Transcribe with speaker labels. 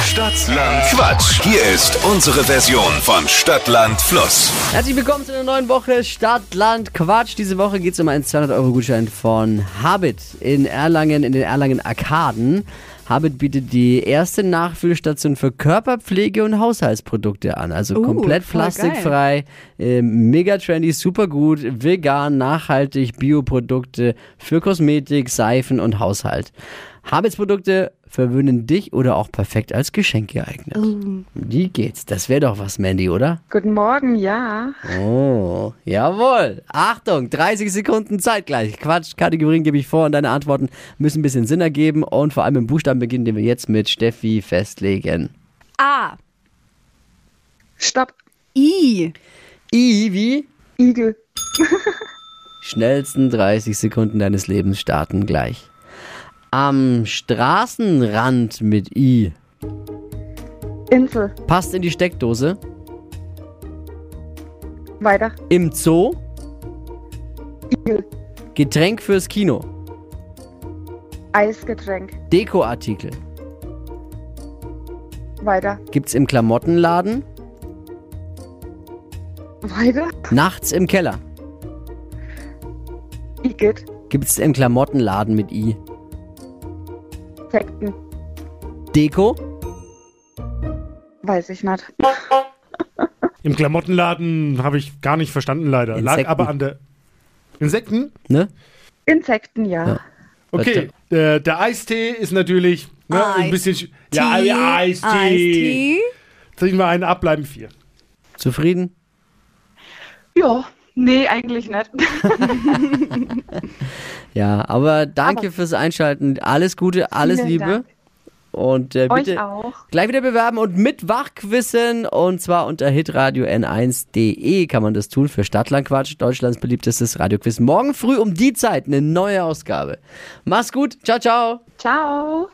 Speaker 1: Stadtland Quatsch. Hier ist unsere Version von Stadtland Fluss.
Speaker 2: Herzlich willkommen zu einer neuen Woche Stadt, Land, Quatsch. Diese Woche geht es um einen 200-Euro-Gutschein von Habit in Erlangen, in den Erlangen-Arkaden. Habit bietet die erste Nachfüllstation für Körperpflege und Haushaltsprodukte an. Also komplett
Speaker 3: voll
Speaker 2: plastikfrei, äh, mega trendy, super gut, vegan, nachhaltig, Bioprodukte für Kosmetik, Seifen und Haushalt. Habits Produkte verwöhnen dich oder auch perfekt als Geschenk geeignet. Wie geht's? Das wäre doch was, Mandy, oder?
Speaker 4: Guten Morgen, ja.
Speaker 2: Oh, jawohl. Achtung, 30 Sekunden Zeit gleich. Quatsch, Kategorien gebe ich vor und deine Antworten müssen ein bisschen Sinn ergeben und vor allem im Buchstaben beginnen, den wir jetzt mit Steffi festlegen.
Speaker 3: A.
Speaker 4: Stopp,
Speaker 3: I.
Speaker 2: I wie?
Speaker 4: Igel,
Speaker 2: Schnellsten 30 Sekunden deines Lebens starten gleich. Am Straßenrand mit I.
Speaker 4: Insel,
Speaker 2: Passt in die Steckdose.
Speaker 4: weiter,
Speaker 2: Im Zoo.
Speaker 4: Igel,
Speaker 2: Getränk fürs Kino.
Speaker 4: Eisgetränk,
Speaker 2: Dekoartikel.
Speaker 4: weiter,
Speaker 2: Gibt's im Klamottenladen.
Speaker 4: weiter,
Speaker 2: Nachts im Keller.
Speaker 4: Igitt,
Speaker 2: Gibt's im Klamottenladen mit I.
Speaker 4: Sekten,
Speaker 2: Deko.
Speaker 4: weiß ich nicht.
Speaker 5: Im Klamottenladen habe ich gar nicht verstanden, leider.
Speaker 2: Insekten.
Speaker 5: Lag aber an der. Insekten?
Speaker 2: Ne?
Speaker 4: Insekten, ja.
Speaker 2: Ja.
Speaker 5: Okay. Äh, der Eistee ist natürlich ne, ein bisschen. sch- Ja, ja, Eistee.
Speaker 3: Eistee.
Speaker 5: Trinken wir einen ab, bleiben vier.
Speaker 2: Zufrieden?
Speaker 4: Ja, nee, eigentlich nicht.
Speaker 2: Ja, aber danke fürs Einschalten. Alles Gute, alles
Speaker 4: Vielen
Speaker 2: Liebe.
Speaker 4: Dank.
Speaker 2: Und äh, bitte
Speaker 4: Euch auch.
Speaker 2: gleich wieder bewerben und mit Wachquissen. Und zwar unter hitradio n1.de kann man das tun für Stadtlandquatsch, Deutschlands beliebtestes Radioquiz. Morgen früh um die Zeit eine neue Ausgabe. Mach's gut. Ciao, ciao.
Speaker 4: Ciao.